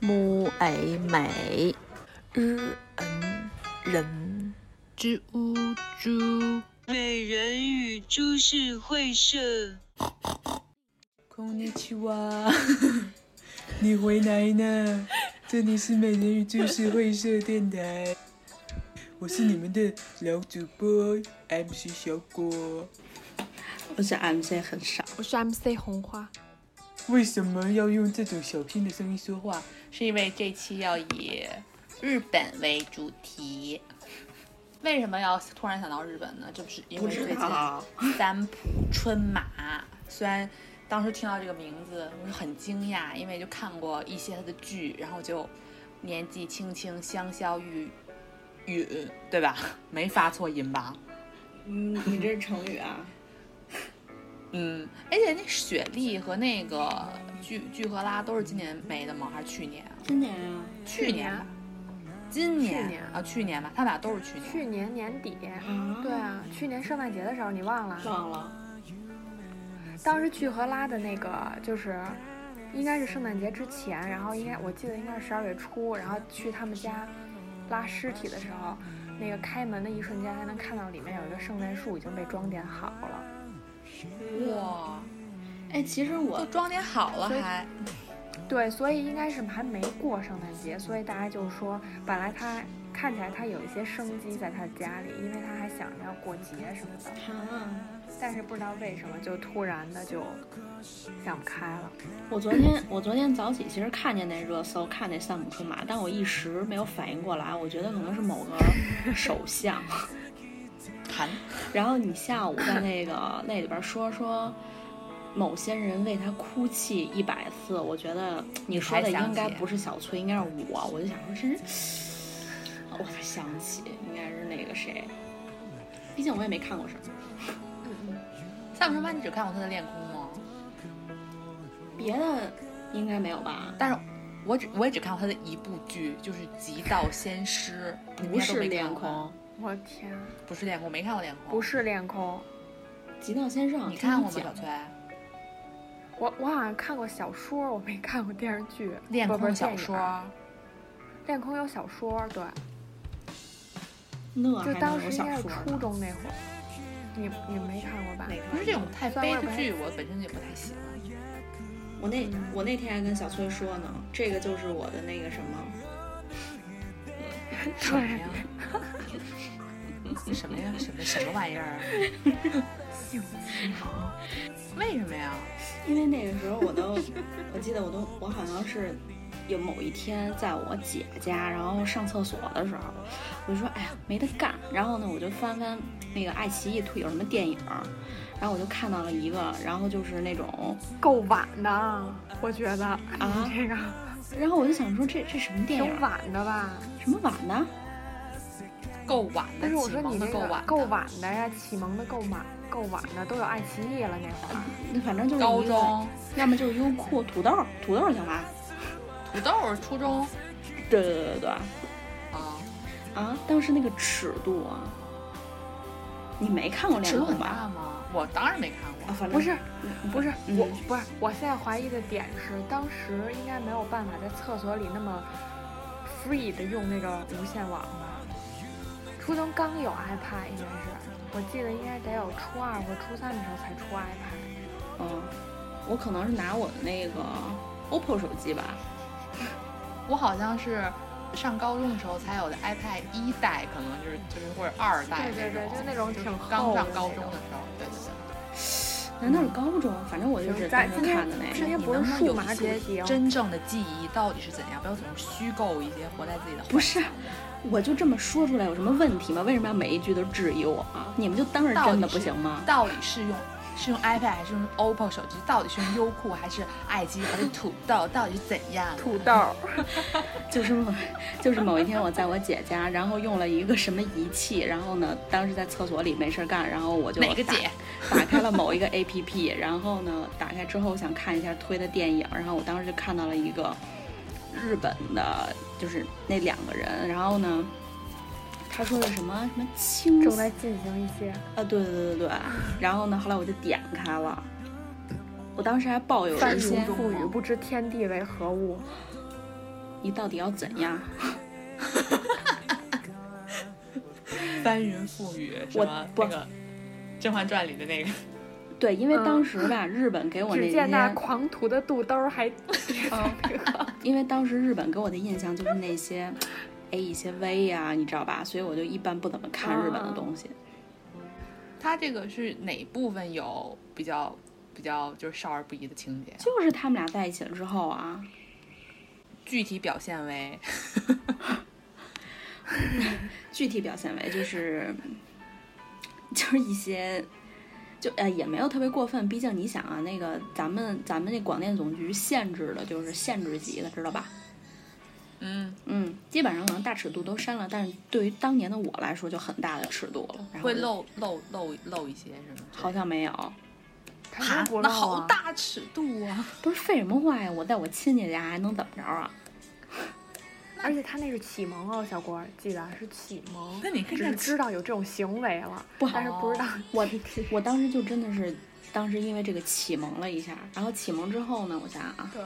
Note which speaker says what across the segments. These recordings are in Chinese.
Speaker 1: 木
Speaker 2: 哎
Speaker 1: 诶美，
Speaker 3: 日嗯人
Speaker 1: 知乌猪，
Speaker 4: 美人与株式会社。
Speaker 5: 空尼奇哇， 你回来呢？这里是美人与株式会社电台，我是你们的老主播 MC 小果。
Speaker 6: 我是 MC 很少，
Speaker 3: 我是 MC 红花。
Speaker 5: 为什么要用这种小片的声音说话？
Speaker 2: 是因为这期要以日本为主题。为什么要突然想到日本呢？这不是因为最近
Speaker 6: 道
Speaker 2: 三浦春马，虽然当时听到这个名字我是很惊讶，因为就看过一些他的剧，然后就年纪轻轻香消玉殒，对吧？没发错音吧？
Speaker 6: 嗯，你这是成语 啊？
Speaker 2: 嗯，而且那雪莉和那个聚聚合拉都是今年没的吗？还是去年？
Speaker 6: 今年啊，
Speaker 2: 去年吧，今年
Speaker 7: 去年
Speaker 2: 啊，去年吧，他俩都是去年。
Speaker 7: 去年年底，
Speaker 2: 嗯
Speaker 6: 啊
Speaker 7: 对啊，去年圣诞节的时候你忘了？
Speaker 6: 忘了，
Speaker 7: 当时去荷拉的那个就是，应该是圣诞节之前，然后应该我记得应该是十二月初，然后去他们家拉尸体的时候，那个开门的一瞬间还能看到里面有一个圣诞树已经被装点好了。
Speaker 2: 哇，
Speaker 6: 哎，其实
Speaker 2: 都
Speaker 6: 我
Speaker 2: 装点好了
Speaker 7: 所以
Speaker 2: 还，
Speaker 7: 对，所以应该是还没过圣诞节，所以大家就说，本来他看起来他有一些生机在他家里，因为他还想着要过节什么的。
Speaker 6: 啊，
Speaker 7: 但是不知道为什么就突然的就想不开了。
Speaker 6: 我昨天我昨天早起其实看见那热搜，看见三浦春马，但我一时没有反应过来，我觉得可能是某个首相。
Speaker 2: 韩
Speaker 6: 然后你下午在那个 那里边说说。某些人为他哭泣一百次，我觉得你说的
Speaker 2: 你还想
Speaker 6: 应该
Speaker 2: 起
Speaker 6: 不是小崔，应该是我。我就想说，真是，我才想起，应该是那个谁，毕竟我也没看过什么。
Speaker 2: 萨姆春马，你只看过他的练功吗？
Speaker 6: 别的应该没有吧？
Speaker 2: 但是我只我也只看过他的一部剧，就是《极道先师》，你应
Speaker 6: 不
Speaker 2: 该都
Speaker 6: 是
Speaker 2: 没
Speaker 6: 练
Speaker 2: 看过吧，
Speaker 6: 空，
Speaker 7: 我的天，啊
Speaker 2: 不是练功，没看过练功，
Speaker 7: 不，是练空，
Speaker 6: 极道先生，
Speaker 2: 你看过吗？
Speaker 6: 听你
Speaker 2: 小
Speaker 6: 讲
Speaker 2: 崔，
Speaker 7: 我我好像看过小说，我没看过电视剧。
Speaker 2: 练
Speaker 7: 不不
Speaker 2: 功
Speaker 7: 是
Speaker 2: 小
Speaker 7: 电影
Speaker 2: 说，
Speaker 7: 练空有小说，对，
Speaker 6: 那
Speaker 7: 就
Speaker 6: 还
Speaker 7: 当
Speaker 6: 能有
Speaker 7: 时应
Speaker 6: 小
Speaker 7: 该是
Speaker 6: 说
Speaker 7: 初
Speaker 6: 呢？
Speaker 7: 中那会儿，你你没看过吧？
Speaker 2: 不是这种太
Speaker 7: 虽
Speaker 2: 悲
Speaker 7: 然我也不
Speaker 2: 的
Speaker 7: 太
Speaker 2: 剧，我本身就不太喜欢。
Speaker 6: 我那
Speaker 7: 嗯
Speaker 6: 我那天还跟小崔说呢，这个就是我的那个什么，
Speaker 2: 什么呀？什么呀？什么什么玩意儿啊？为什么呀？
Speaker 6: 因为那个时候我都， 我记得我都，我好像是有某一天在我姐家，然后上厕所的时候，我就说哎呀没得干，然后呢我就翻翻那个爱奇艺推有什么电影儿，然后我就看到了一个，然后就是那种
Speaker 7: 够晚的，我觉得
Speaker 6: 啊
Speaker 7: 你这个
Speaker 6: 然后我就想说这这什么电影
Speaker 7: 挺
Speaker 6: 儿？啊
Speaker 7: 晚的吧？
Speaker 6: 什么晚的？
Speaker 2: 够晚的，
Speaker 7: 但是我
Speaker 2: 启
Speaker 7: 说
Speaker 2: 蒙
Speaker 7: 你
Speaker 2: 的
Speaker 7: 这
Speaker 2: 够
Speaker 7: 个
Speaker 2: 晚，
Speaker 7: 够晚的呀，启蒙的够晚，够晚的都有爱奇艺了那会儿。
Speaker 6: 那反正就是一
Speaker 2: 高
Speaker 6: 个
Speaker 2: 中、
Speaker 6: 要么就是优酷、土豆、土豆行吧？
Speaker 2: 土豆、初中
Speaker 6: 对对对对对
Speaker 2: 啊，
Speaker 6: 啊！当时那个尺度啊，你没看过《
Speaker 2: 尺
Speaker 6: 恋
Speaker 2: 度
Speaker 6: 空
Speaker 2: 很》
Speaker 6: 吧？
Speaker 2: 大吗？我当然没看过
Speaker 6: 啊，。反正
Speaker 7: 不是，不是
Speaker 6: 嗯
Speaker 7: 我，不是我现在怀疑的点是，当时应该没有办法在厕所里那么 free 的用那个无线网吧。初中刚有 iPad，应该是，我记得应该得有初二或初三的时候才出 iPad。
Speaker 6: 嗯，我可能是拿我的那个 OPPO 手机吧。
Speaker 2: 我好像是上高中的时候才有的 iPad 一代，可能就是就是或者二代
Speaker 7: 对对对
Speaker 2: 种
Speaker 7: 就那种
Speaker 2: 是
Speaker 7: 挺厚
Speaker 2: 刚上
Speaker 7: 的
Speaker 2: 高中
Speaker 7: 那种
Speaker 2: 的时候，对对对。
Speaker 6: 难道是高中？反正我就是当时
Speaker 7: 今天
Speaker 6: 看的那
Speaker 7: 今
Speaker 6: 个。
Speaker 7: 天
Speaker 2: 你
Speaker 7: 不是
Speaker 2: 能
Speaker 7: 数
Speaker 2: 有
Speaker 7: 码
Speaker 2: 一
Speaker 7: 节
Speaker 2: 些
Speaker 7: 节
Speaker 2: 真正的记忆到底是怎样？不要总是虚构一些，活在自己的
Speaker 6: 不
Speaker 2: 幻
Speaker 6: 是
Speaker 2: 想里啊
Speaker 6: 我就这么说出来有什么问题吗？为什么要每一句都质疑我啊？你们就当是
Speaker 2: 到底
Speaker 6: 真的
Speaker 2: 是
Speaker 6: 不行吗？
Speaker 2: 到底是用是用 iPad 还是用 OPPO 手机？到底是用优酷还是爱奇艺还是土豆？到底是怎样？
Speaker 7: 土豆，
Speaker 6: 就是某就是某一天我在我姐家，然后用了一个什么仪器，然后呢，当时在厕所里没事儿干，然后我就
Speaker 2: 哪个
Speaker 6: 打
Speaker 2: 姐？
Speaker 6: 打开了某一个 APP，然后呢，打开之后想看一下推的电影，然后我当时就看到了一个日本的，就是那两个人，然后呢，他说的什么什么青
Speaker 7: 正在嗯进行一些
Speaker 6: 啊，对对对对对，然后呢，后来我就点开了，我当时还抱有
Speaker 7: 翻
Speaker 6: 一些
Speaker 7: 云覆雨，不知天地为何物。
Speaker 6: 你到底要怎样？
Speaker 2: 翻云覆雨，什
Speaker 6: 我
Speaker 2: 么
Speaker 6: 不
Speaker 2: 那个《甄嬛传》里的那个，
Speaker 6: 对，因为
Speaker 7: 嗯
Speaker 6: 当时吧，日本给我那
Speaker 7: 只
Speaker 6: 些
Speaker 7: 见那狂徒的肚兜儿还
Speaker 6: 因为当时日本给我的印象就是那些 A 一些 V 呀、你知道吧？所以我就一般不怎么看日本的东西。
Speaker 2: 它这个是哪部分有比较比较就是少儿不宜的情节啊？
Speaker 6: 就是他们俩在一起了之后啊，
Speaker 2: 具体表现为
Speaker 6: 具体表现为就是 就是一些。就呃也没有特别过分，毕竟你想啊，那个咱们咱们那广电总局限制的就是限制级的，知道吧？
Speaker 2: 嗯
Speaker 6: 嗯，基本上可能大尺度都删了，但是对于当年的我来说就很大的尺度了。然后
Speaker 2: 会漏漏漏漏一些是吗？
Speaker 6: 好像没有，
Speaker 7: 肯定不
Speaker 2: 那
Speaker 7: 漏
Speaker 2: 好
Speaker 7: 啊。
Speaker 2: 大尺度啊！
Speaker 6: 不是废什么话呀？我在我亲戚家还能怎么着啊？
Speaker 7: 而且他那是启蒙哦，小郭记得是启 蒙，
Speaker 2: 那你
Speaker 7: 只
Speaker 2: 跟
Speaker 7: 是
Speaker 2: 这
Speaker 7: 知道有这种行为了，但是不知道
Speaker 6: 我我当时就真的是，当时因为这个启蒙了一下，然后启蒙之后呢，我想想啊，
Speaker 7: 对，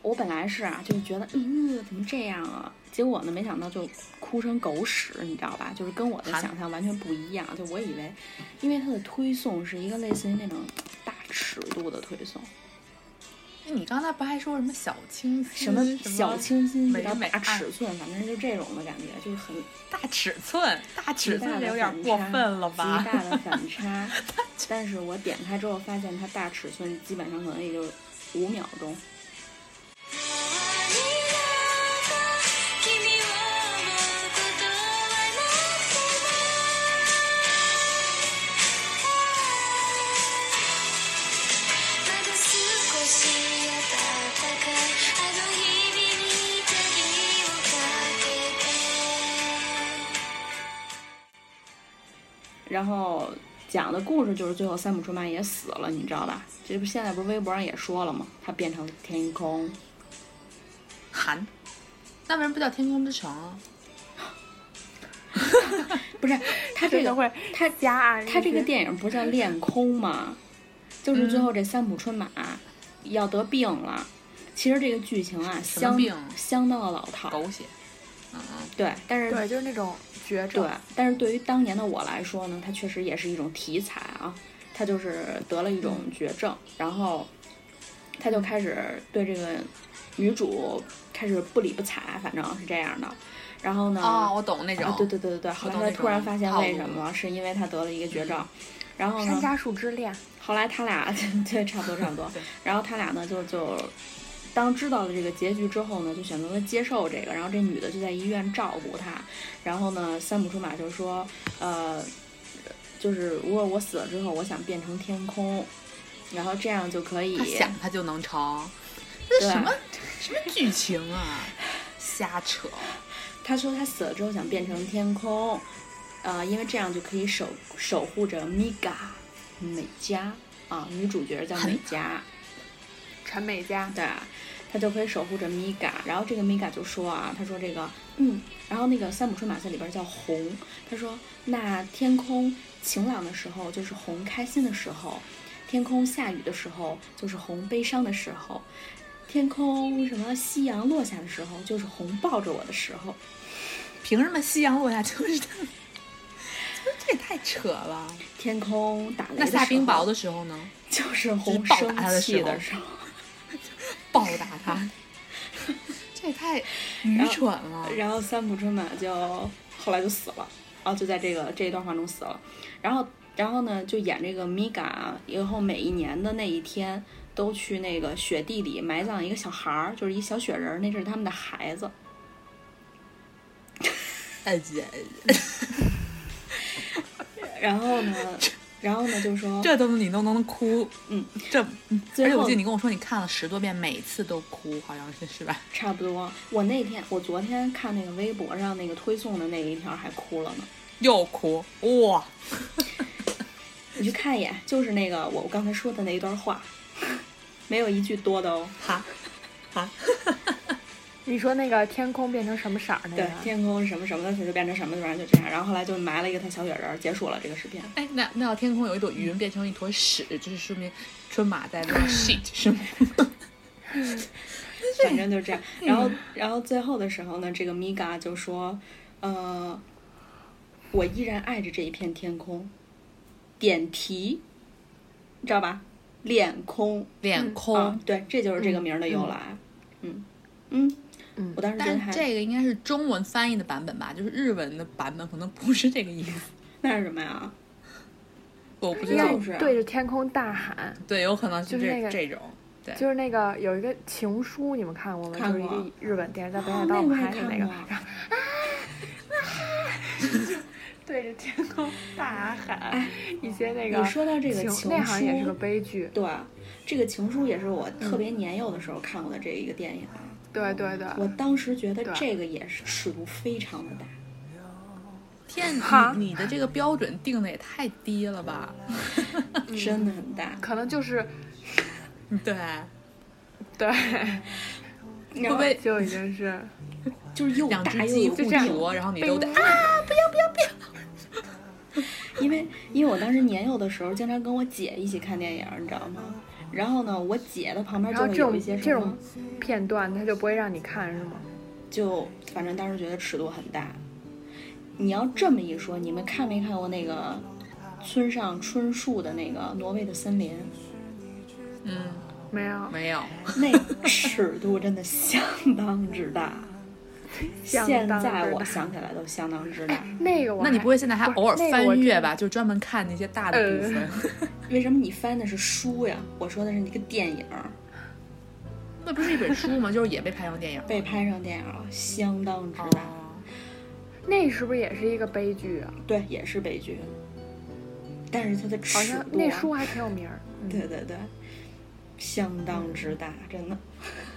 Speaker 6: 我本来是啊，就是觉得，嗯、怎么这样啊？结果呢，没想到就哭成狗屎，你知道吧？就是跟我的
Speaker 2: 韩
Speaker 6: 想象完全不一样。就我以为，因为它的推送是一个类似于那种大尺度的推送，
Speaker 2: 那你刚才不还说什么小清新
Speaker 6: 什么小清新
Speaker 2: 美
Speaker 6: 到
Speaker 2: 美啊
Speaker 6: 大
Speaker 2: 爱
Speaker 6: 尺寸，反正就这种的感觉，就是很
Speaker 2: 大尺寸，大尺
Speaker 6: 极大
Speaker 2: 寸
Speaker 6: 的
Speaker 2: 有点过分了吧
Speaker 6: 反？差极大的反 差。但是我点开之后发现，它大尺寸基本上可能也就五秒钟。然后讲的故事就是最后三浦春马也死了，你知道吧？这不现在不是微博上也说了吗？他变成了天空，
Speaker 2: 韩，那为什么不叫天空之城啊？
Speaker 6: 不是他这
Speaker 7: 真的
Speaker 6: 个
Speaker 7: 会
Speaker 6: 他
Speaker 7: 加啊，
Speaker 6: 他这个电影不是叫恋空吗？就是最后这三浦春马要得病了。其实这个剧情啊，
Speaker 2: 什么
Speaker 6: 相
Speaker 2: 病
Speaker 6: 相当的老套，
Speaker 2: 狗血，嗯嗯，
Speaker 6: 对，但是
Speaker 7: 对，就是那种绝症
Speaker 6: 对，，但是对于当年的我来说呢，它确实也是一种题材啊，他就是得了一种
Speaker 2: 嗯
Speaker 6: 绝症，然后他就开始对这个女主开始不理不睬，反正是这样的。然后呢，
Speaker 2: 哦，我懂那种，
Speaker 6: 啊，对对对对对，后
Speaker 2: 我
Speaker 6: 来他
Speaker 2: 懂那
Speaker 6: 突然
Speaker 2: 种
Speaker 6: 发现
Speaker 2: 套
Speaker 6: 为
Speaker 2: 路嗯
Speaker 6: 什么，是因为他得了一个绝症。然后
Speaker 7: 山
Speaker 6: 呢，
Speaker 7: 楂树之恋，
Speaker 6: 后来他俩 对差不多差不多
Speaker 2: 对，
Speaker 6: 然后他俩呢就就。当知道了这个结局之后呢，就选择了接受这个。然后这女的就在医院照顾他。然后呢，三浦春马就说：“呃，就是如果我死了之后，我想变成天空，然后这样就可以
Speaker 2: 他想他就能成，这
Speaker 6: 对
Speaker 2: 什么什么剧情啊？瞎扯，
Speaker 6: 他说他死了之后想变成天空，呃，因为这样就可以守守护着 Miga 美嘉啊，女主角叫美嘉，
Speaker 7: 陈美嘉，
Speaker 6: 对，他就可以守护着 Miga。然后这个 Miga 就说啊，他说这个嗯，然后那个三浦春马在里边叫红，他说那天空晴朗的时候就是红开心的时候，天空下雨的时候就是红悲伤的时候。天空什么夕阳落下的时候，就是红抱着我的时候。
Speaker 2: 凭什么夕阳落下就是他？这也太扯了。
Speaker 6: 天空打雷
Speaker 2: 那
Speaker 6: 的时
Speaker 2: 下
Speaker 6: 候
Speaker 2: 冰雹的时候呢？
Speaker 6: 就是红
Speaker 2: 就是暴打他
Speaker 6: 生
Speaker 2: 的
Speaker 6: 气的
Speaker 2: 时
Speaker 6: 时候，
Speaker 2: 暴打他，这也太愚蠢了。
Speaker 6: 然后三浦春马就后来就死了，啊，就在这个这一段话中死了。然后，然后呢，就演这个米嘎，以后每一年的那一天都去那个雪地里埋葬一个小孩儿，就是一小雪人儿，那是他们的孩子。
Speaker 2: 哎姐，
Speaker 6: 然后呢， 然后呢就说，
Speaker 2: 这都你都能哭，
Speaker 6: 嗯，
Speaker 2: 这，嗯而
Speaker 6: 最
Speaker 2: 且我
Speaker 6: 后
Speaker 2: 记得你跟我说你看了十多遍，每次都哭，好像是是吧？
Speaker 6: 差不多。我那天，我昨天看那个微博上那个推送的那一条还哭了呢。
Speaker 2: 又哭，哇，
Speaker 6: 你去看一眼，就是那个我刚才说的那一段话， 没有一句多的哦。
Speaker 2: 哈，
Speaker 7: 你说那个天空变成什么色儿那
Speaker 6: 对，
Speaker 7: 个？
Speaker 6: 天空什么什么的，就变成什么，反正就这样。然后后来就埋了一个他小雪人儿，结束了这个视频。
Speaker 2: 哎，那那要天空有一朵云变成一坨屎，就是说明春马在乱 shit 是吗？
Speaker 6: 反正就是这样。然后，然后最后的时候呢，这个米嘎就说：“呃，我依然爱着这一片天空，点题，你知道吧？脸空，
Speaker 7: 嗯
Speaker 2: 脸空。
Speaker 6: 啊，
Speaker 7: 哦
Speaker 6: 对，这就是这个名儿的由来。嗯嗯
Speaker 1: 嗯
Speaker 6: 我当时觉
Speaker 2: 但
Speaker 6: 得还
Speaker 2: 是这个应该是中文翻译的版本吧，就是日文的版本可能不是这个意思，
Speaker 6: 那是什么呀？
Speaker 2: 我不知
Speaker 7: 应
Speaker 2: 道
Speaker 7: 该。
Speaker 6: 就是啊
Speaker 7: 是对着天空大喊，
Speaker 2: 对，有可能是
Speaker 7: 就是那
Speaker 2: 这
Speaker 7: 个
Speaker 2: 这种。
Speaker 7: 就是那个有一个情书，你们看过吗？
Speaker 6: 看
Speaker 7: 就是一
Speaker 6: 过
Speaker 7: 个日本电视在北
Speaker 6: 啊
Speaker 7: 海
Speaker 6: 那
Speaker 7: 道
Speaker 6: 我也
Speaker 7: 拍的
Speaker 6: 看
Speaker 7: 那个，
Speaker 6: 过
Speaker 7: 然后啊，对着天 空大喊一些那个
Speaker 6: 哎你说到这个
Speaker 7: 情，
Speaker 6: 情
Speaker 7: 那好像也是
Speaker 6: 书
Speaker 7: 个悲剧。嗯
Speaker 6: 对，啊这个情书也是我特别年幼的时候看过的这一个电影。啊
Speaker 7: 对对对，
Speaker 6: 我当时觉得
Speaker 7: 对嗯
Speaker 6: 这个也是尺度非常的大。
Speaker 2: 天，
Speaker 7: 哈
Speaker 2: 你你的这个标准定的也太低了吧？
Speaker 6: 真的很大。
Speaker 7: 嗯可能就是
Speaker 2: 对，
Speaker 7: 对，
Speaker 6: 会
Speaker 2: 会不会
Speaker 7: 就已经是
Speaker 6: 就是又
Speaker 2: 两
Speaker 6: 大
Speaker 2: 只
Speaker 6: 又
Speaker 2: 鸡
Speaker 6: 有啊固
Speaker 2: 互啄，
Speaker 6: 定？
Speaker 2: 然后你都得啊
Speaker 6: 因为因为我当时年幼的时候，经常跟我姐一起看电影，你知道吗？然后呢，我姐的旁边
Speaker 7: 哦
Speaker 6: 就
Speaker 7: 然后
Speaker 6: 会
Speaker 7: 这
Speaker 6: 有一
Speaker 7: 种
Speaker 6: 些什
Speaker 7: 这种
Speaker 6: 么，
Speaker 7: 片段，他就不会让你看是吗？
Speaker 6: 就反正当时觉得尺度很大。你要这么一说，你们看没看过那个村上春树的那个《挪威的森林
Speaker 2: 嗯，
Speaker 7: 没有，
Speaker 2: 没有，》？
Speaker 6: 那尺度真的相当之大。
Speaker 7: 相
Speaker 6: 现
Speaker 7: 当
Speaker 6: 在
Speaker 7: 之
Speaker 6: 我
Speaker 7: 大
Speaker 6: 想起来都相当之大。
Speaker 7: 那个我
Speaker 2: 那你
Speaker 7: 还
Speaker 2: 不会现在还
Speaker 7: 不是
Speaker 2: 偶尔
Speaker 7: 那个
Speaker 2: 翻
Speaker 7: 我呃
Speaker 2: 阅
Speaker 7: 真
Speaker 2: 吧？就专门看那些大的部分。
Speaker 6: 为什么你翻的是书呀？我说的是那个电影儿。
Speaker 2: 那不是一本书吗？就是也被拍成电影。
Speaker 6: 被拍成电影了，相当之
Speaker 2: 哦
Speaker 6: 大。
Speaker 7: 那是不是也是一个悲剧啊？
Speaker 6: 对，也是悲剧，但是它的
Speaker 7: 好
Speaker 6: 尺
Speaker 7: 像
Speaker 6: 度啊、
Speaker 7: 那书还挺有名儿。嗯
Speaker 6: 对对对，相当之大，真的。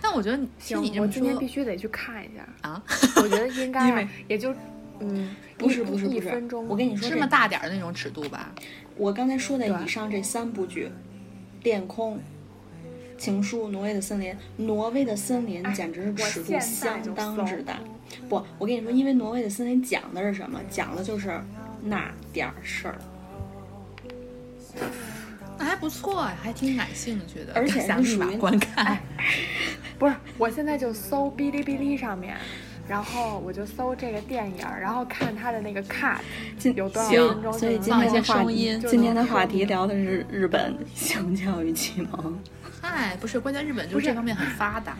Speaker 2: 但我觉得你听你
Speaker 7: 行，
Speaker 2: 这
Speaker 7: 我
Speaker 2: 么
Speaker 7: 今天
Speaker 2: 说
Speaker 7: 必须得去 看一下
Speaker 2: 啊，
Speaker 7: 我觉得应该
Speaker 6: 因为
Speaker 7: 啊也就嗯，
Speaker 6: 不是
Speaker 7: 一
Speaker 6: 不是
Speaker 7: 一
Speaker 6: 不是
Speaker 7: 分钟。，
Speaker 6: 我跟你说
Speaker 2: 这
Speaker 6: 这
Speaker 2: 么，大点儿的那种尺度吧？
Speaker 6: 我刚才说的
Speaker 7: 对
Speaker 6: 以上这三部剧，《恋空》。情书，挪威的森林，挪威的森林
Speaker 7: 哎
Speaker 6: 简直是
Speaker 7: 我
Speaker 6: 尺度
Speaker 7: 现在
Speaker 6: 相
Speaker 7: 就
Speaker 6: 当
Speaker 7: 搜
Speaker 6: 之大。不，我跟你说，因为挪威的森林讲的是什么？讲的就是那点儿事儿，
Speaker 2: 那还不错，还挺感兴趣的，
Speaker 6: 而且是
Speaker 2: 想立
Speaker 6: 属
Speaker 2: 马
Speaker 6: 于
Speaker 2: 观看。
Speaker 7: 不是，我现在就搜哔哩哔哩上面，然后我就搜这个电影儿，然后看它的那个 cut
Speaker 6: 今
Speaker 7: 有多少
Speaker 2: 行
Speaker 7: 分钟，
Speaker 6: 所以
Speaker 7: 就
Speaker 6: 今
Speaker 7: 能
Speaker 2: 放一
Speaker 6: 天
Speaker 2: 些
Speaker 6: 的
Speaker 7: 看
Speaker 6: 话
Speaker 2: 声
Speaker 6: 题
Speaker 2: 音，
Speaker 7: 就
Speaker 6: 今
Speaker 7: 能
Speaker 6: 天的
Speaker 7: 听
Speaker 6: 话题
Speaker 7: 懂
Speaker 6: 聊的是日本性教育启蒙。
Speaker 2: 哎，不是，关键日本就
Speaker 7: 不
Speaker 2: 是
Speaker 7: 是
Speaker 2: 这方面很发达。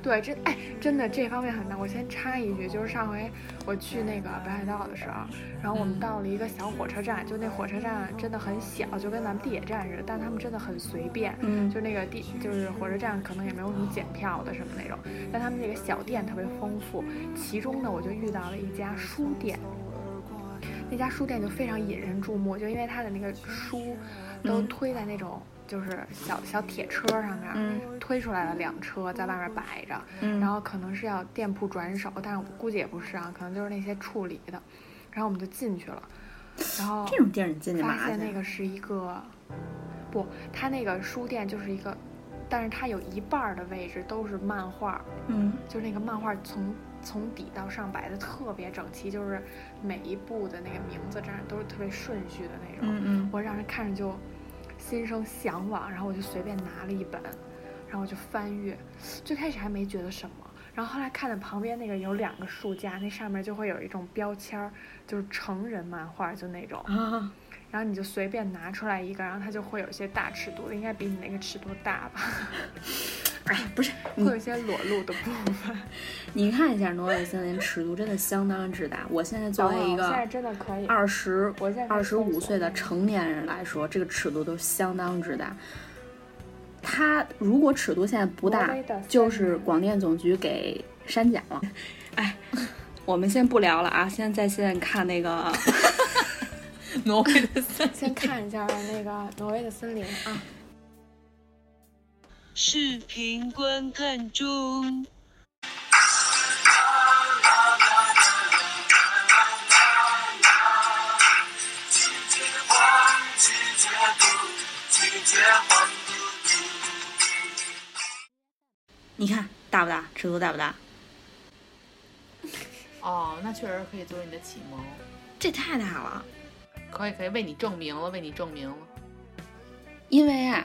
Speaker 7: 对，这哎，真的这方面很大。我先插一句，就是上回我去那个北海道的时候，然后我们
Speaker 2: 嗯
Speaker 7: 到了一个小火车站，就那火车站真的很小，就跟咱们地铁站似的，但他们真的很随便。
Speaker 6: 嗯
Speaker 7: 就那个地，就是火车站可能也没有什么检票的什么那种，但他们那个小店特别丰富。其中呢，我就遇到了一家书店，那家书店就非常引人注目，就因为它的那个书都推在那种就是小小铁车上面，
Speaker 6: 嗯
Speaker 7: 推出来了两车在外面摆着，
Speaker 6: 嗯
Speaker 7: 然后可能是要店铺转手，但是我估计也不是啊，可能就是那些处理的。然后我们就进去了，然后
Speaker 6: 这种地儿你进去
Speaker 7: 发
Speaker 6: 嘛
Speaker 7: 现
Speaker 6: 去
Speaker 7: 那？个是一个，不，它那个书店就是一个，但是它有一半儿的位置都是漫画，
Speaker 6: 嗯
Speaker 7: 就是那个漫画从从底到上摆的特别整齐，就是每一步的那个名字这样都是特别顺序的那种。
Speaker 6: 嗯
Speaker 7: 我让人看着就心生向往，然后我就随便拿了一本，然后我就翻阅。最开始还没觉得什么，然后后来看到旁边那个有两个书架，那上面就会有一种标签儿，就是成人漫画，就那种。
Speaker 6: 啊，
Speaker 7: 然后你就随便拿出来一个，然后它就会有一些大尺度的，应该比你那个尺度大吧，
Speaker 6: 哎，不是，
Speaker 7: 会有一些裸露的部分。
Speaker 6: 你看一下《挪威的森林》尺度真的相当之大。我现在作为一
Speaker 7: 我现在
Speaker 6: 个
Speaker 7: 真的可以。
Speaker 6: 二十
Speaker 7: 我现在
Speaker 6: 二十五岁的成年人来说，这个尺度都相当之大。他如果尺度现在不大
Speaker 7: 挪威的森，林
Speaker 6: 就是广电总局给删减了。 哎，我们先不聊了啊，现在现在看那 个，
Speaker 2: 挪威的森
Speaker 7: 先看一下那个《挪威的森林》啊，
Speaker 4: 视频观看中。
Speaker 6: 你看大不大？尺度大不大？
Speaker 2: 哦，那确实可以作为你的启蒙，
Speaker 6: 这太大了。
Speaker 2: 可以可以为你证明了，为你证明了。
Speaker 6: 因为啊，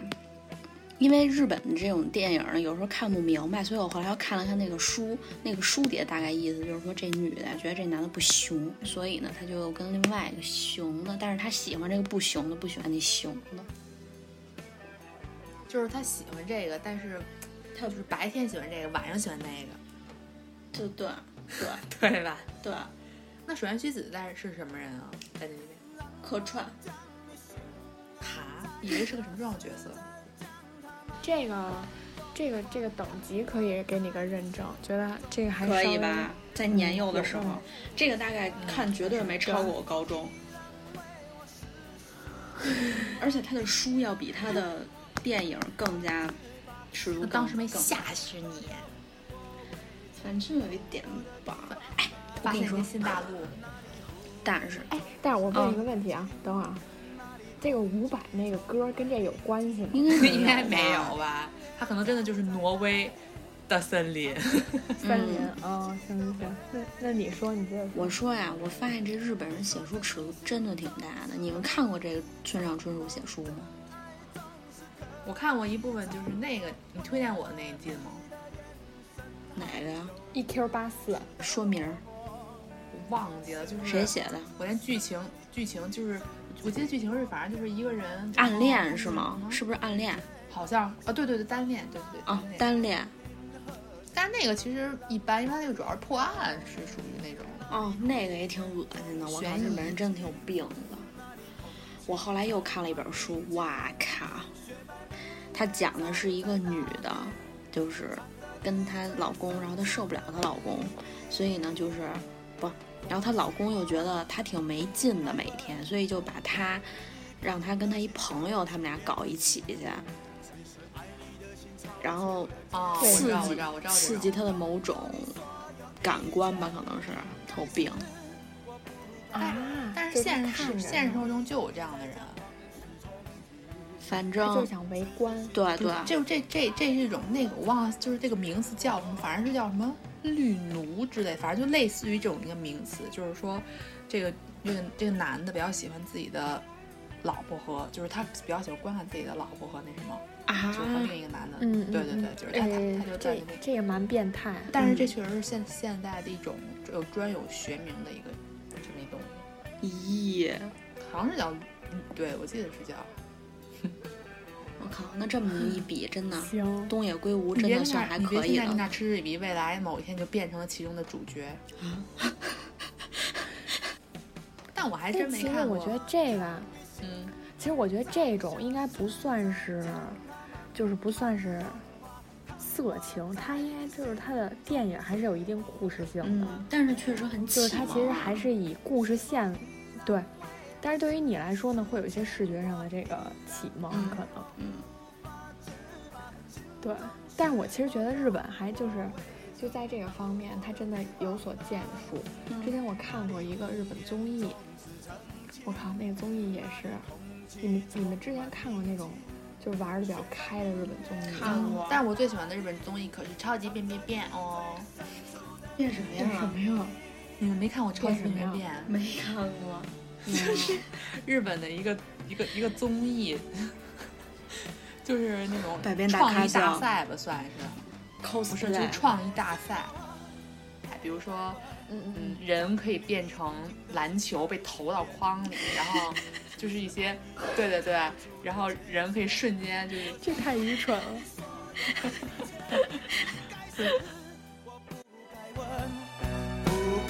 Speaker 6: 因为日本的这种电影呢，有时候看不明白，所以我后来又看了看那个书，那个书里的大概意思就是说，这女的觉得这男的不熊，所以呢，她就跟另外一个熊的，但是她喜欢这个不熊的，不喜欢那熊的。
Speaker 2: 就是他喜欢这个，但是他就是白天喜欢这个，晚上喜欢那
Speaker 6: 对
Speaker 2: 个，
Speaker 6: 对对
Speaker 2: 对吧？
Speaker 6: 对，
Speaker 2: 那水原希子在是什么人啊？在这里面，
Speaker 6: 客串
Speaker 2: 哈，以为是个什么重要角色？
Speaker 7: 这个这个这个等级可以给你个认证，觉得这个还
Speaker 6: 可
Speaker 7: 稍
Speaker 6: 以
Speaker 7: 微
Speaker 6: 吧？在年幼的时
Speaker 7: 有
Speaker 6: 候
Speaker 7: 空，
Speaker 6: 这个大概看绝对没超过我高中，而且他的书要比他的电影更加尺度
Speaker 2: 那
Speaker 6: 更。
Speaker 2: 当时没
Speaker 6: 更
Speaker 2: 吓死你，
Speaker 6: 反正有一点吧。哎，我
Speaker 2: 发
Speaker 6: 跟
Speaker 2: 现
Speaker 6: 你
Speaker 2: 一
Speaker 6: 说
Speaker 2: 个，新大陆，
Speaker 6: 但是
Speaker 7: 哎，但是我问
Speaker 6: 嗯
Speaker 7: 一个问题啊，等会儿啊，这个伍佰那个歌跟这有关系吗？
Speaker 6: 应该 啊
Speaker 2: 应该没
Speaker 6: 吧
Speaker 2: 有吧？他可能真的就是挪威的森林，
Speaker 7: 森林
Speaker 2: 嗯
Speaker 7: 啊，行行行，那那你说，你接着说。
Speaker 6: 我说呀，我发现这日本人写书尺度真的挺大的。你们看过这个村上春树写书吗？
Speaker 2: 我看过一部分，就是那个你推荐我的那一季吗？
Speaker 6: 哪个呀？
Speaker 7: E Q 八四，
Speaker 6: 说明儿
Speaker 2: 我忘记了，就是
Speaker 6: 谁？写的？
Speaker 2: 我连剧情剧情就是，我记得剧情是反正就是一个人
Speaker 6: 暗恋是吗？
Speaker 2: 嗯
Speaker 6: 是不是暗恋
Speaker 2: 好像啊，对对对，单恋，对对对
Speaker 6: 啊？
Speaker 2: 哦
Speaker 6: 单
Speaker 2: 单恋
Speaker 6: 恋
Speaker 2: 但是那个其实一般，因为它那个主要是破案，是属于那种
Speaker 6: 哦，那个也挺恶心的。我靠，
Speaker 2: 悬疑
Speaker 6: 日本人真的挺有病的。我后来又看了一本书，哇靠！她讲的是一个女的，就是跟她老公，然后她受不了她老公，所以呢，就是不，然后她老公又觉得她挺没劲的每天，所以就把她让她跟她一朋友，他们俩搞一起去，然后
Speaker 2: 哦，我
Speaker 6: 刺
Speaker 2: 知
Speaker 6: 激、
Speaker 2: 道，我知道，我知道，
Speaker 6: 刺激她的某种感官吧，可能是她有病。
Speaker 7: 啊
Speaker 2: 但
Speaker 7: 就是
Speaker 2: 现
Speaker 7: 看
Speaker 2: 实
Speaker 7: 着
Speaker 2: 现实
Speaker 7: 呢
Speaker 2: 生活中就有这样的人，
Speaker 6: 反
Speaker 7: 他就
Speaker 6: 正
Speaker 7: 想围观，
Speaker 6: 对对，
Speaker 7: 啊
Speaker 2: 就这这这是一种那个我忘了，就是这个名词叫什么，反正是叫什么绿奴之类，反正就类似于这种一个名词，就是说这个这个这个男的比较喜欢自己的老婆和，就是他比较喜欢观看自己的老婆和那什么，
Speaker 6: 啊
Speaker 2: 就，是和另一个男的，
Speaker 7: 嗯，嗯
Speaker 2: 对对对，
Speaker 7: 嗯
Speaker 2: 就是他他他
Speaker 7: 哎
Speaker 2: 就在
Speaker 7: 这
Speaker 2: 那个，
Speaker 7: 这也嗯蛮变态，
Speaker 2: 但是这确实是现现在的一种有专有学名的一个这么一东西，
Speaker 6: 咦，
Speaker 2: 好像是叫，嗯对我记得是叫，
Speaker 6: 我靠，那这么一比，真
Speaker 2: 嗯
Speaker 6: 的，
Speaker 7: 行，
Speaker 6: 东野圭吾
Speaker 2: 你
Speaker 6: 真
Speaker 2: 别
Speaker 6: 的
Speaker 2: 跟
Speaker 6: 算还
Speaker 2: 那你别
Speaker 6: 可
Speaker 2: 现
Speaker 6: 以
Speaker 2: 在跟
Speaker 6: 了。
Speaker 2: 那嗤之以鼻，未来某一天就变成了其中的主角。但我还
Speaker 7: 但
Speaker 2: 真没
Speaker 7: 哎其实
Speaker 2: 看过。
Speaker 7: 我觉得这个，
Speaker 2: 嗯，
Speaker 7: 其实我觉得这种应该不算是，就是不算是色情，它应该就是它的电影还是有一定故事性的，
Speaker 6: 嗯，但是确实很
Speaker 7: 就是
Speaker 6: 启
Speaker 7: 它
Speaker 6: 蒙
Speaker 7: 其实
Speaker 6: 啊
Speaker 7: 还是以故事线，对。但是对于你来说呢，会有一些视觉上的这个启蒙，
Speaker 6: 嗯
Speaker 7: 可能
Speaker 6: 嗯，
Speaker 7: 对。但是我其实觉得日本还就是，就在这个方面，它真的有所建树。之前我看过一个日本综艺，我靠，那个综艺也是，你们你们之前看过那种就是玩的比较开的日本综艺吗？
Speaker 2: 看过。但我最喜欢的日本综艺可是《超级变变变》哦。
Speaker 6: 变什么
Speaker 7: 叫什么呀？
Speaker 2: 你们没看过《超级变变
Speaker 7: 变
Speaker 2: 变
Speaker 6: 没看过，》？ 嗯
Speaker 2: 日本的一个一个一个综艺， 就是那种
Speaker 6: 百变大
Speaker 2: 创
Speaker 6: 咖
Speaker 2: 意大
Speaker 6: 秀
Speaker 2: 赛吧，算是不是就是创意大赛？哎比如说。
Speaker 7: 嗯嗯嗯
Speaker 2: 嗯，人可以变成篮球被投到筐里，然后 就是一些，对对对，然后人可以瞬间就是
Speaker 7: 这太愚蠢了。
Speaker 8: 不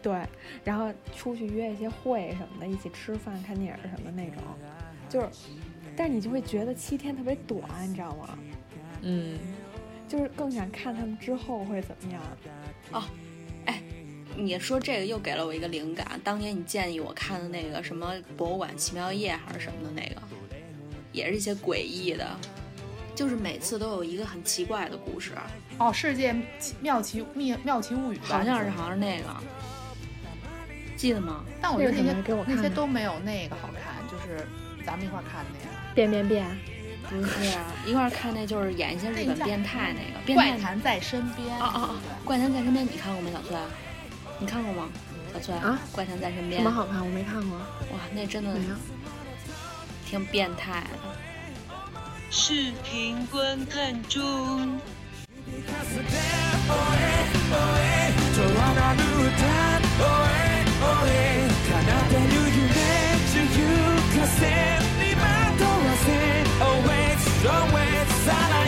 Speaker 7: 对，然后出去约一些会什么的，一起吃饭、看电影什么那种，就是，但是你就会觉得七天特别短，你知道吗？
Speaker 2: 嗯，
Speaker 7: 就是更想看他们之后会怎么样。
Speaker 6: 你说这个又给了我一个灵感，当年你建议我看的那个什么《博物馆奇妙夜》还是什么的那个，也是一些诡异的，就是每次都有一个很奇怪的故事，
Speaker 2: 哦，世界妙奇妙妙奇物语吧，
Speaker 6: 好像是好像是那个，记得吗？
Speaker 2: 但我觉得那
Speaker 7: 为什么
Speaker 2: 些
Speaker 7: 给我看
Speaker 2: 那些
Speaker 7: 呢
Speaker 2: 都没有那个好看，就是咱们一块儿看的那个
Speaker 7: 变变变，
Speaker 6: 不是，啊一块儿看那就是演一些日本变态那个变
Speaker 2: 《怪
Speaker 6: 态。
Speaker 2: 谈在身边》
Speaker 6: 哦哦哦，《怪谈在身边》你看过吗，小崔？啊你看过吗，小崔？
Speaker 7: 啊，
Speaker 6: 《怪谈在身边
Speaker 7: 什么》好看？我没看过，
Speaker 6: 哇，那真的
Speaker 7: 没有。
Speaker 6: 挺变态的。
Speaker 4: 视频观看中。
Speaker 8: 啊哦哎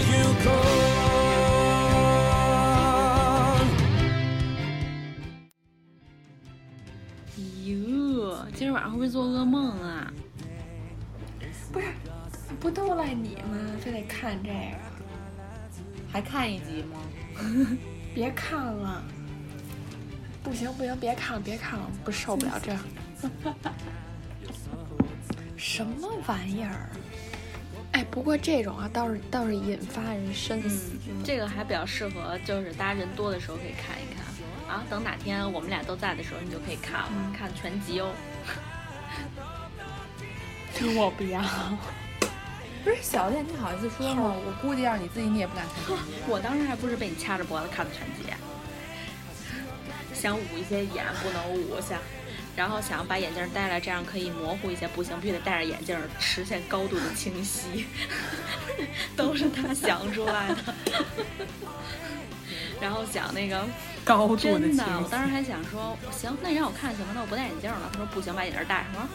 Speaker 8: 啊哦
Speaker 6: 哟，哎今儿晚上会不会做噩梦啊？
Speaker 7: 不都赖你吗？非得看这个，
Speaker 2: 还看一集吗？
Speaker 7: 别看了。不行不行，别看了别看了，不受不了这。什么玩意儿？哎，不过这种啊，倒是倒是引发人深思。
Speaker 6: 嗯，这个还比较适合，就是大家人多的时候可以看一看。啊，等哪天我们俩都在的时候，你就可以看了，
Speaker 2: 嗯
Speaker 6: 看全集哦。
Speaker 7: 我不要，
Speaker 2: 不是小练，你好意思说吗？我估计要是你自己，你也不敢看。
Speaker 6: 我当时还不是被你掐着脖子看的全集，想捂一些眼不能捂，想，然后想把眼镜戴了，这样可以模糊一些，不行，必须得戴着眼镜实现高度的清晰， 都是他想出来的。然后想那个
Speaker 5: 高度的
Speaker 6: 真
Speaker 5: 情
Speaker 6: 的，我
Speaker 5: 绪。
Speaker 6: 当时还想说，行，那你让我看行吗？那我不戴眼镜了。他说不行，把眼镜戴上。我说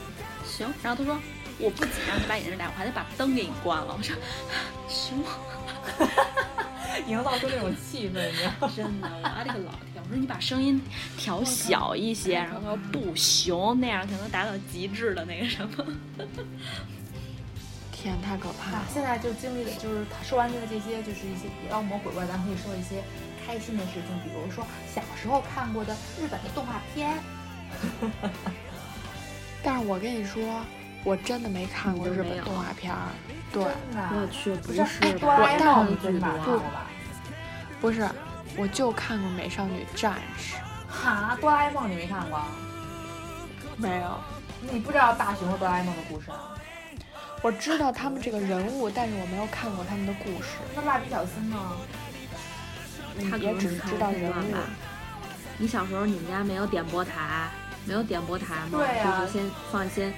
Speaker 6: 行，然后他说我不仅让你把眼镜戴，我还得把灯给你关了。我说 行，
Speaker 2: 营造出那种气氛，你知道吗？
Speaker 6: 真的，我的个老天！我说你把声音调小一些，然后他说不行，那样才能达到极致的那个什么。
Speaker 7: 天，太可 怕
Speaker 2: 啊
Speaker 7: 了！，
Speaker 2: 现在就经历的就是他说完了这些，就是一些妖魔鬼怪，咱们可以说一些开心的事情，比如说小时候看过的日本的动画片。
Speaker 7: 但是我跟你说，我真的没看过日本动画片儿。对，
Speaker 1: 我
Speaker 6: 嗯
Speaker 2: 的，
Speaker 1: 去，不
Speaker 2: 不
Speaker 1: 是
Speaker 2: 是哎哆啦 A
Speaker 7: 吧
Speaker 2: 梦你真的看过吧？
Speaker 7: 不是，我就看过《美少女战士
Speaker 2: 哈，啊哆啦 A 梦你没看过？》，
Speaker 7: 没有。
Speaker 2: 你不知道大雄和哆啦 A 梦的故事啊？
Speaker 7: 我知道他们这个人物，但是我没有看过他们的故事。
Speaker 2: 那蜡笔小新呢？
Speaker 7: 你
Speaker 6: 他可
Speaker 7: 也
Speaker 6: 能
Speaker 7: 只是知道人
Speaker 6: 看
Speaker 7: 物
Speaker 6: 吧。你小时候你们家没有点播台，没有点播台吗？
Speaker 2: 对呀
Speaker 6: 就是先放一些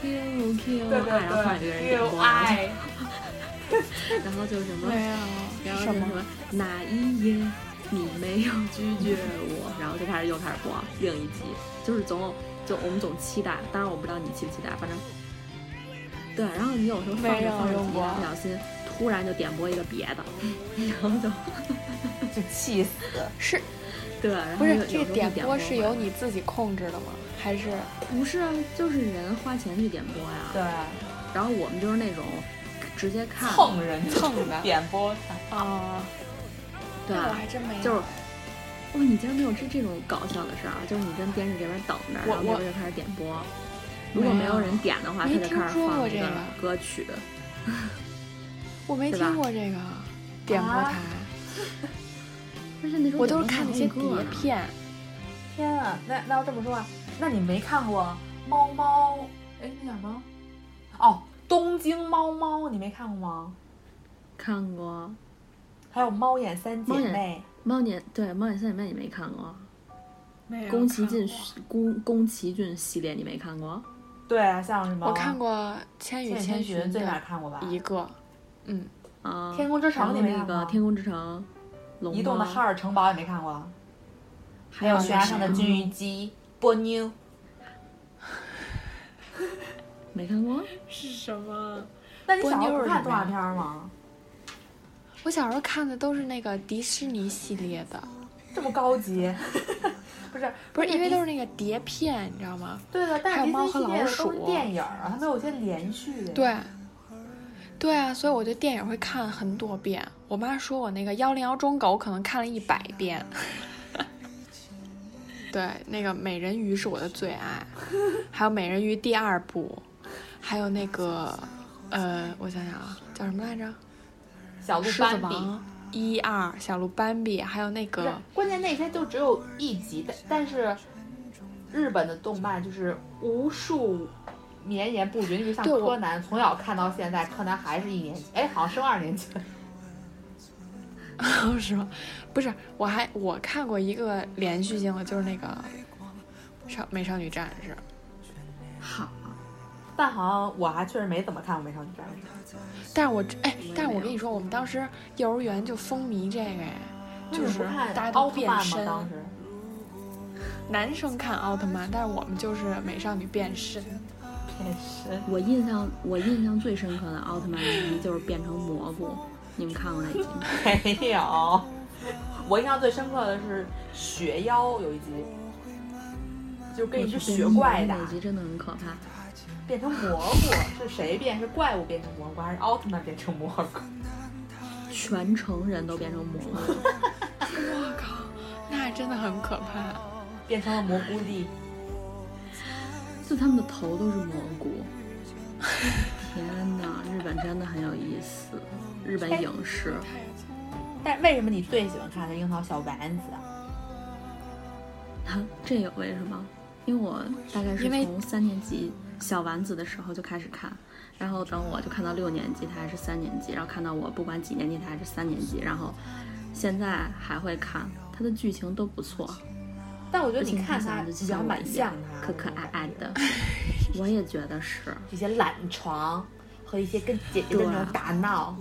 Speaker 6: Q Q
Speaker 2: 对对
Speaker 6: 爱，然后有一个人点
Speaker 2: 有
Speaker 6: 播，
Speaker 2: 爱，
Speaker 6: 然后就什么，
Speaker 7: 没有，
Speaker 6: 然后就
Speaker 7: 什
Speaker 6: 什
Speaker 7: 么
Speaker 6: 么哪一夜你没有拒绝我， 然后就开始又开始播另一集，就是总有就我们总期待，当然我不知道你期不期待，反正对，然后你有时候放
Speaker 7: 没
Speaker 6: 着
Speaker 7: 有
Speaker 6: 放着
Speaker 7: 用
Speaker 6: 集，
Speaker 7: 过
Speaker 6: 不小心突然就点播一个别的，然后就
Speaker 2: 就气死。
Speaker 7: 是
Speaker 6: 对，然后
Speaker 7: 不是
Speaker 6: 有有时
Speaker 7: 这
Speaker 6: 候
Speaker 7: 个
Speaker 6: 就
Speaker 7: 点
Speaker 6: 播
Speaker 7: 播是由
Speaker 6: 吧
Speaker 7: 你自己控制的吗？还是
Speaker 6: 不是啊，就是人花钱去点播呀，
Speaker 2: 对，
Speaker 6: 然后我们就是那种直接看，
Speaker 2: 蹭人
Speaker 7: 蹭的
Speaker 2: 点播，
Speaker 7: 啊？
Speaker 6: 哦对，啊
Speaker 7: 那我还真没有。
Speaker 6: 就是，哇，你竟然没有这这种搞笑的事儿啊！就是你跟电视这边等着，
Speaker 7: 我
Speaker 6: 然后那
Speaker 7: 我
Speaker 6: 边就开始点播。如果没有人点的话，他
Speaker 7: 没
Speaker 6: 就
Speaker 7: 听
Speaker 6: 开始
Speaker 7: 说过
Speaker 6: 放
Speaker 7: 这
Speaker 6: 那
Speaker 7: 个
Speaker 6: 个歌曲。
Speaker 7: 我没
Speaker 6: 对吧
Speaker 7: 听过这个点播
Speaker 2: 啊
Speaker 7: 台，
Speaker 6: 而且那时候
Speaker 7: 我都
Speaker 6: 点播
Speaker 7: 是
Speaker 6: 好
Speaker 7: 看那
Speaker 6: 几
Speaker 7: 些
Speaker 6: 个
Speaker 7: 碟
Speaker 6: 呢，
Speaker 7: 片。
Speaker 2: 天啊！那那要这么说啊，那你没看过猫猫？哎，那叫什么？哦，东京猫猫，你没看过吗？
Speaker 6: 看过《
Speaker 2: 还有猫眼三姐
Speaker 6: 猫眼
Speaker 2: 妹，
Speaker 6: 猫眼》对《猫眼三姐妹》，你没看过？
Speaker 7: 没有
Speaker 6: 宫崎骏宫宫崎骏系列你没看过？
Speaker 2: 对啊，像什么？
Speaker 7: 我
Speaker 6: 哦
Speaker 7: 看过《千与
Speaker 2: 千与
Speaker 7: 千
Speaker 2: 千
Speaker 7: 寻
Speaker 2: 寻》最起码
Speaker 7: 的
Speaker 2: 看过吧？
Speaker 7: 一个，嗯，
Speaker 6: 啊，
Speaker 2: 天空之城
Speaker 6: 然后
Speaker 2: 你没
Speaker 6: 那
Speaker 2: 看
Speaker 6: 个
Speaker 2: 过
Speaker 6: 《天空之城》，龙
Speaker 2: 移动的
Speaker 6: 猫
Speaker 2: 哈尔城堡也没看过，
Speaker 6: 还
Speaker 2: 还有
Speaker 6: 有
Speaker 2: 悬崖上
Speaker 6: 谁
Speaker 2: 的
Speaker 6: 啊
Speaker 2: 金鱼姬、波妞，
Speaker 6: 没看过？
Speaker 7: 是什么？
Speaker 2: 那你小时
Speaker 7: 波妞
Speaker 2: 候
Speaker 7: 是
Speaker 2: 不看
Speaker 7: 什
Speaker 2: 动
Speaker 7: 么
Speaker 2: 画
Speaker 7: 呀
Speaker 2: 片吗？
Speaker 7: 我小时候看的都是那个迪士尼系列的，
Speaker 2: 这么高 级？不是，
Speaker 7: 不是因为都是那个碟片，你知道吗？
Speaker 2: 对的，但
Speaker 7: 还
Speaker 2: 是迪
Speaker 7: 有猫和
Speaker 2: 士尼系列
Speaker 7: 老
Speaker 2: 的都是
Speaker 7: 鼠
Speaker 2: 电影儿，啊它没有一些连续的。，
Speaker 7: 对，对啊，所以我对电影会看很多遍。我妈说我那个《幺零幺忠狗》可能看了一百遍。 对，那个美人鱼是我的最爱，还有美人鱼第二部，还有那个，呃，我想想啊，叫什么来着？
Speaker 2: 小鹿
Speaker 7: 狮子
Speaker 2: 斑比。
Speaker 7: 王一二，小鹿斑比，还有那
Speaker 2: 不是
Speaker 7: 个，
Speaker 2: 关键那些就只有一集，但但是日本的动漫就是无数绵延不绝，就像
Speaker 7: 对我
Speaker 2: 柯南，从小看到现在，柯南还是一年级，哎，好像升二年级了。
Speaker 7: 是吗？不是，我还我看过一个连续性的，就是那个少美少女战士。
Speaker 6: 好，
Speaker 2: 但好像我还确实没怎么看过《美少女战士
Speaker 7: 但是我哎，但是我跟你说，我们当时幼儿园就风靡这个哎，》，就
Speaker 2: 那
Speaker 7: 是
Speaker 2: 你不看
Speaker 7: 大家
Speaker 2: 奥
Speaker 7: 都
Speaker 2: 特
Speaker 7: 变
Speaker 2: 曼吗？
Speaker 7: 身。
Speaker 2: 当时
Speaker 7: 男生看奥特曼，但是我们就是美少女变身。
Speaker 2: 变 身，
Speaker 6: 我印象我印象最深刻的奥特曼一集就是变成蘑菇，你们看过那集吗？
Speaker 2: 没有。 我印象最深刻的是雪妖有一集，就跟一只雪怪啊打
Speaker 6: 那，集真的很可怕。
Speaker 2: 变成蘑菇，是谁变？是怪物变成蘑菇，还是奥特曼变成蘑菇？
Speaker 6: 全城人都变成蘑菇，
Speaker 7: 我靠，那真的很可怕。
Speaker 2: 变成了蘑菇粒。
Speaker 6: 就他们的头都是蘑菇。天哪，日本真的很有意思，日本影视。
Speaker 2: 哎但为什么你最喜欢看的樱桃小丸子啊？
Speaker 6: 啊这有为什么？因为我大概是
Speaker 7: 因为
Speaker 6: 从三年级小丸子的时候就开始看，然后等我就看到六年级，他还是三年级，然后看到我不管几年级，他还是三年级，然后现在还会看，它的剧情都不错，
Speaker 2: 但我觉得
Speaker 6: 而且
Speaker 2: 你看
Speaker 6: 小
Speaker 2: 它
Speaker 6: 丸子
Speaker 2: 比
Speaker 6: 就
Speaker 2: 较
Speaker 6: 像我
Speaker 2: 蛮
Speaker 6: 一
Speaker 2: 像
Speaker 6: 样
Speaker 2: 它，
Speaker 6: 可可爱爱的， 我也觉得是。
Speaker 2: 一些懒床和一些跟姐姐的
Speaker 6: 对
Speaker 2: 那种打闹，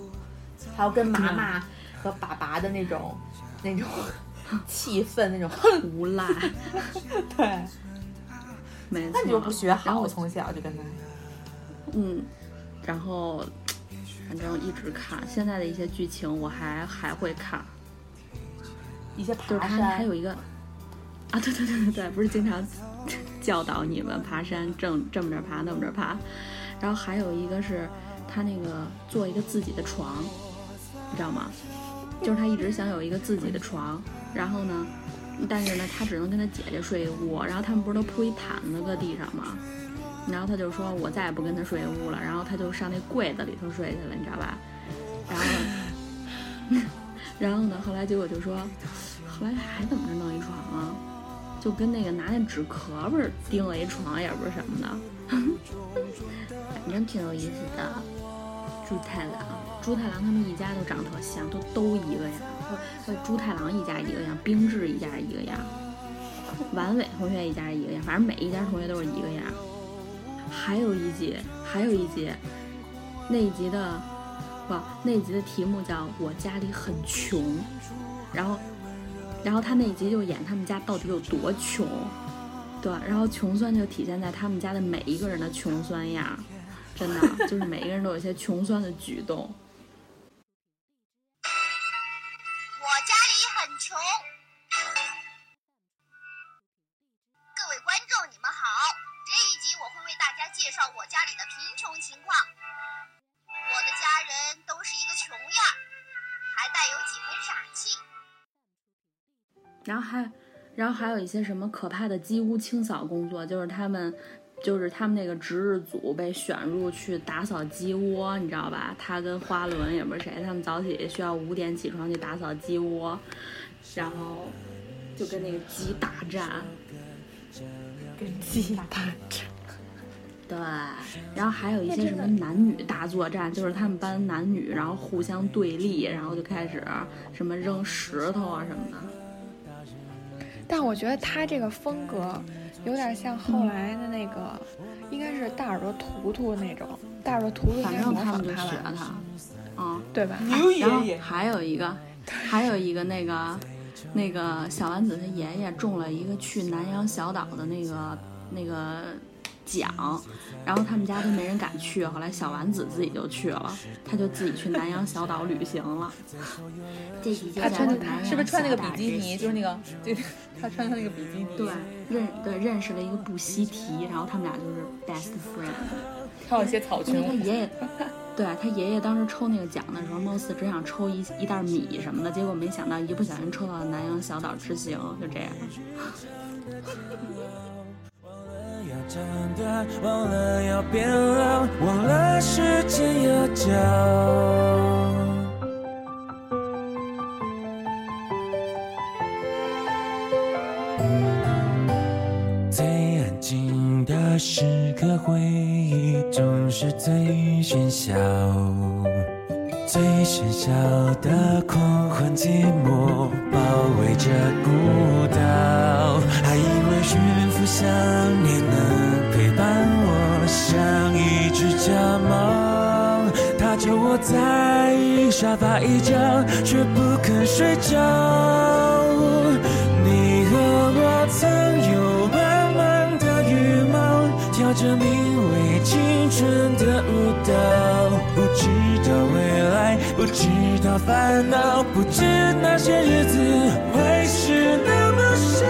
Speaker 2: 还有跟妈妈和爸爸的那种那种气氛，那种 哼，
Speaker 6: 无赖，
Speaker 2: 对，
Speaker 6: 没错。
Speaker 2: 那你就不学
Speaker 6: 然
Speaker 2: 好，
Speaker 6: 后
Speaker 2: 我
Speaker 6: 我
Speaker 2: 从小就跟他。
Speaker 6: 嗯，然后反正一直看，现在的一些剧情我还还会看，
Speaker 2: 一些
Speaker 6: 就是
Speaker 2: 爬
Speaker 6: 它还
Speaker 2: 山
Speaker 6: 有，一个啊，对对对对对，不是经常教导你们爬山正这么着爬那么着爬，然后还有一个是他那个做一个自己的床，你知道吗？就是他一直想有一个自己的床，然后呢，但是呢，他只能跟他姐姐睡一屋，然后他们不是都铺一毯子搁地上吗？然后他就说：“我再也不跟他睡一屋了。”然后他就上那柜子里头睡去了，你知道吧？然后， 然后呢？后来结果就说，后来还怎么着弄一床啊？就跟那个拿那纸壳儿钉了一床，也不是什么的， 反正挺有意思的。猪太郎，猪太郎他们一家都长得特像，都都一个样。呃，猪太郎一家一个样，冰志一家一个样，丸尾同学一家一个样，反正每一家同学都是一个样。还有一节，还有一节，那一集的不，那一集的题目叫“我家里很穷”，然后，然后他那一集就演他们家到底有多穷，对，然后穷酸就体现在他们家的每一个人的穷酸样，真的就是每一个人都有一些穷酸的举动。
Speaker 9: 我家里很穷。各位观众，你们好，这一集我会为大家介绍我家里的贫穷情况。我的家人都是一个穷样儿，还带有几分傻气。
Speaker 6: 然后还，然后还有一些什么可怕的鸡屋清扫工作，就是他们，就是他们那个值日组被选入去打扫鸡窝，你知道吧？他跟花轮也不是谁，他们早起需要五点起床去打扫鸡窝，然后就跟那个鸡大战。
Speaker 10: 鸡蛋。
Speaker 6: 对，然后还有一些什么男女大作战，就是他们班男女，然后互相对立，然后就开始什么扔石头啊什么的。
Speaker 7: 但我觉得他这个风格有点像后来的那个，应该是大耳朵图图那种，大耳朵图图应
Speaker 6: 反
Speaker 7: 该
Speaker 6: 正
Speaker 7: 模
Speaker 6: 他
Speaker 7: 仿
Speaker 6: 们就学
Speaker 7: 吧，
Speaker 6: 他，嗯，
Speaker 7: 对吧？
Speaker 11: 牛
Speaker 6: 然后
Speaker 11: 爷爷，
Speaker 6: 还有一个，还有一个那个那个小丸子他爷爷中了一个去南洋小岛的那个那个奖，然后他们家都没人敢去，后来小丸子自己就去了，他就自己去南洋小岛旅行了。这集就
Speaker 2: 他穿
Speaker 6: 叫
Speaker 2: 的
Speaker 6: 南洋
Speaker 2: 是不是穿那个比
Speaker 6: 小岛
Speaker 2: 基
Speaker 6: 之
Speaker 2: 尼？
Speaker 6: 行
Speaker 2: 就是那个，对，他穿的那个比基尼，
Speaker 6: 对，认对认识了一个布西提，然后他们俩就是 best friend。
Speaker 2: 还有一些草
Speaker 6: 因为
Speaker 2: 裙
Speaker 6: 他
Speaker 2: 舞。
Speaker 6: 爷爷，对啊他爷爷当时抽那个奖的时候，貌似只想抽一一袋米什么的，结果没想到一不小心抽到了南洋小岛之行，就这样。
Speaker 12: 要长大，忘了要变老，忘了时间要久。最安静的时刻，回忆总是最喧嚣。最喧嚣的狂欢，寂寞包围着孤岛，还以为驯服想念能陪伴我，像一只家猫，它就窝在沙发一角，却不肯睡觉。你和我曾有满满的羽毛，跳着名为青春的舞蹈。不知道未来，不知道烦恼，不知那些日子会是那么少。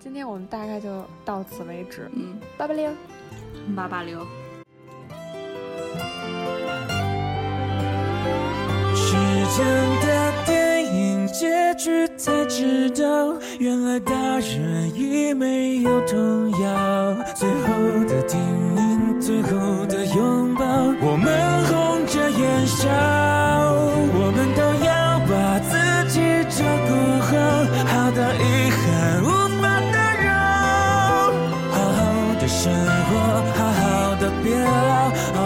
Speaker 7: 今天我们大概就到此为止，
Speaker 6: 嗯，
Speaker 7: 八八零。
Speaker 6: 八八六，
Speaker 12: 时间的电影结局才知道，原来大人已没有童谣。最后的叮咛，最后的拥抱，我们红着眼笑，我们都要把自己照顾好，好的遗憾无法打扰。好好的生活，好好的变老，好